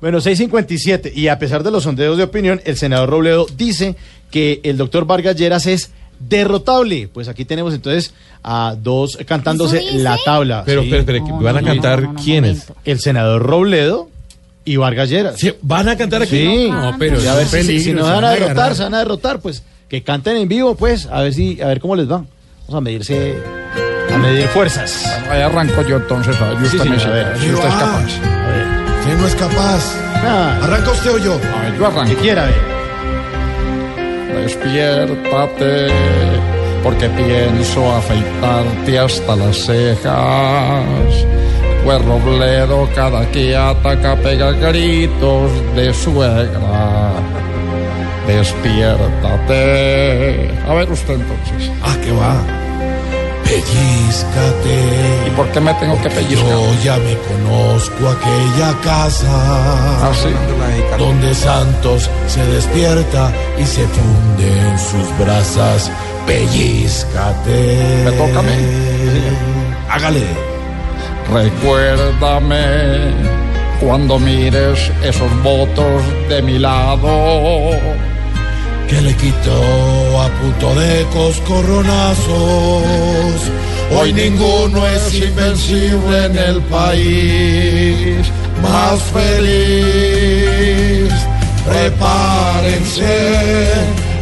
Bueno, 6.57. Y a pesar de los sondeos de opinión, el senador Robledo dice que el doctor Vargas Lleras es derrotable. Pues aquí tenemos entonces a dos cantándose ¿Eso dice? la tabla. Pero, Sí. pero, pero, No, ¿van no, a no, cantar no, no, no, quiénes? momento. El senador Robledo y Vargas Lleras. Sí, ¿Van a cantar aquí? Sí. No, pero Y a es ver un si, si- si peligro, nos se van a derrotar, ganar. se van a derrotar, pues que canten en vivo, pues, a ver si, a ver cómo les va. Vamos a medirse, a medir fuerzas. Ahí arranco yo entonces, a ver, Sí, usted sí, me a dice, ver. si usted es capaz. A ver. Usted no es capaz. Ah, ¿Arranca usted o yo? A ver, yo que arranco. quiera ver. Despiértate, porque pienso afeitarte hasta las cejas. Pues Robledo cada que ataca pega gritos de suegra. Despiértate. A ver usted entonces. Ah, que va. Pellizcate. ¿Y por qué me tengo que Yo pellizcar? ya me conozco aquella casa Así. donde Santos se despierta y se funde en sus brasas. Pellizcate. ¿Me toca a mí? Hágale. Recuérdame cuando mires esos votos de mi lado. Que le quitó a puto de coscorronazos. Hoy ninguno es invencible en el país. Más feliz. Prepárense,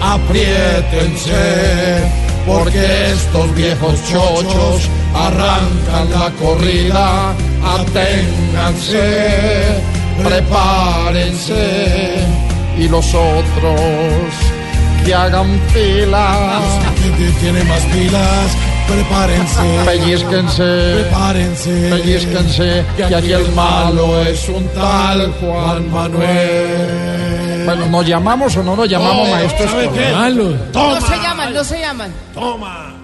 apriétense, porque estos viejos chochos arrancan la corrida. Aténganse, Prepárense y los otros que hagan fila. Gente tiene más pilas, prepárense, Pellizquense, prepárense, pellizquense, que aquí el malo es un tal Juan Manuel. Bueno, ¿nos llamamos o no nos llamamos, maestro? ¿Sabe qué? Malo. No se llaman, no se llaman. Toma,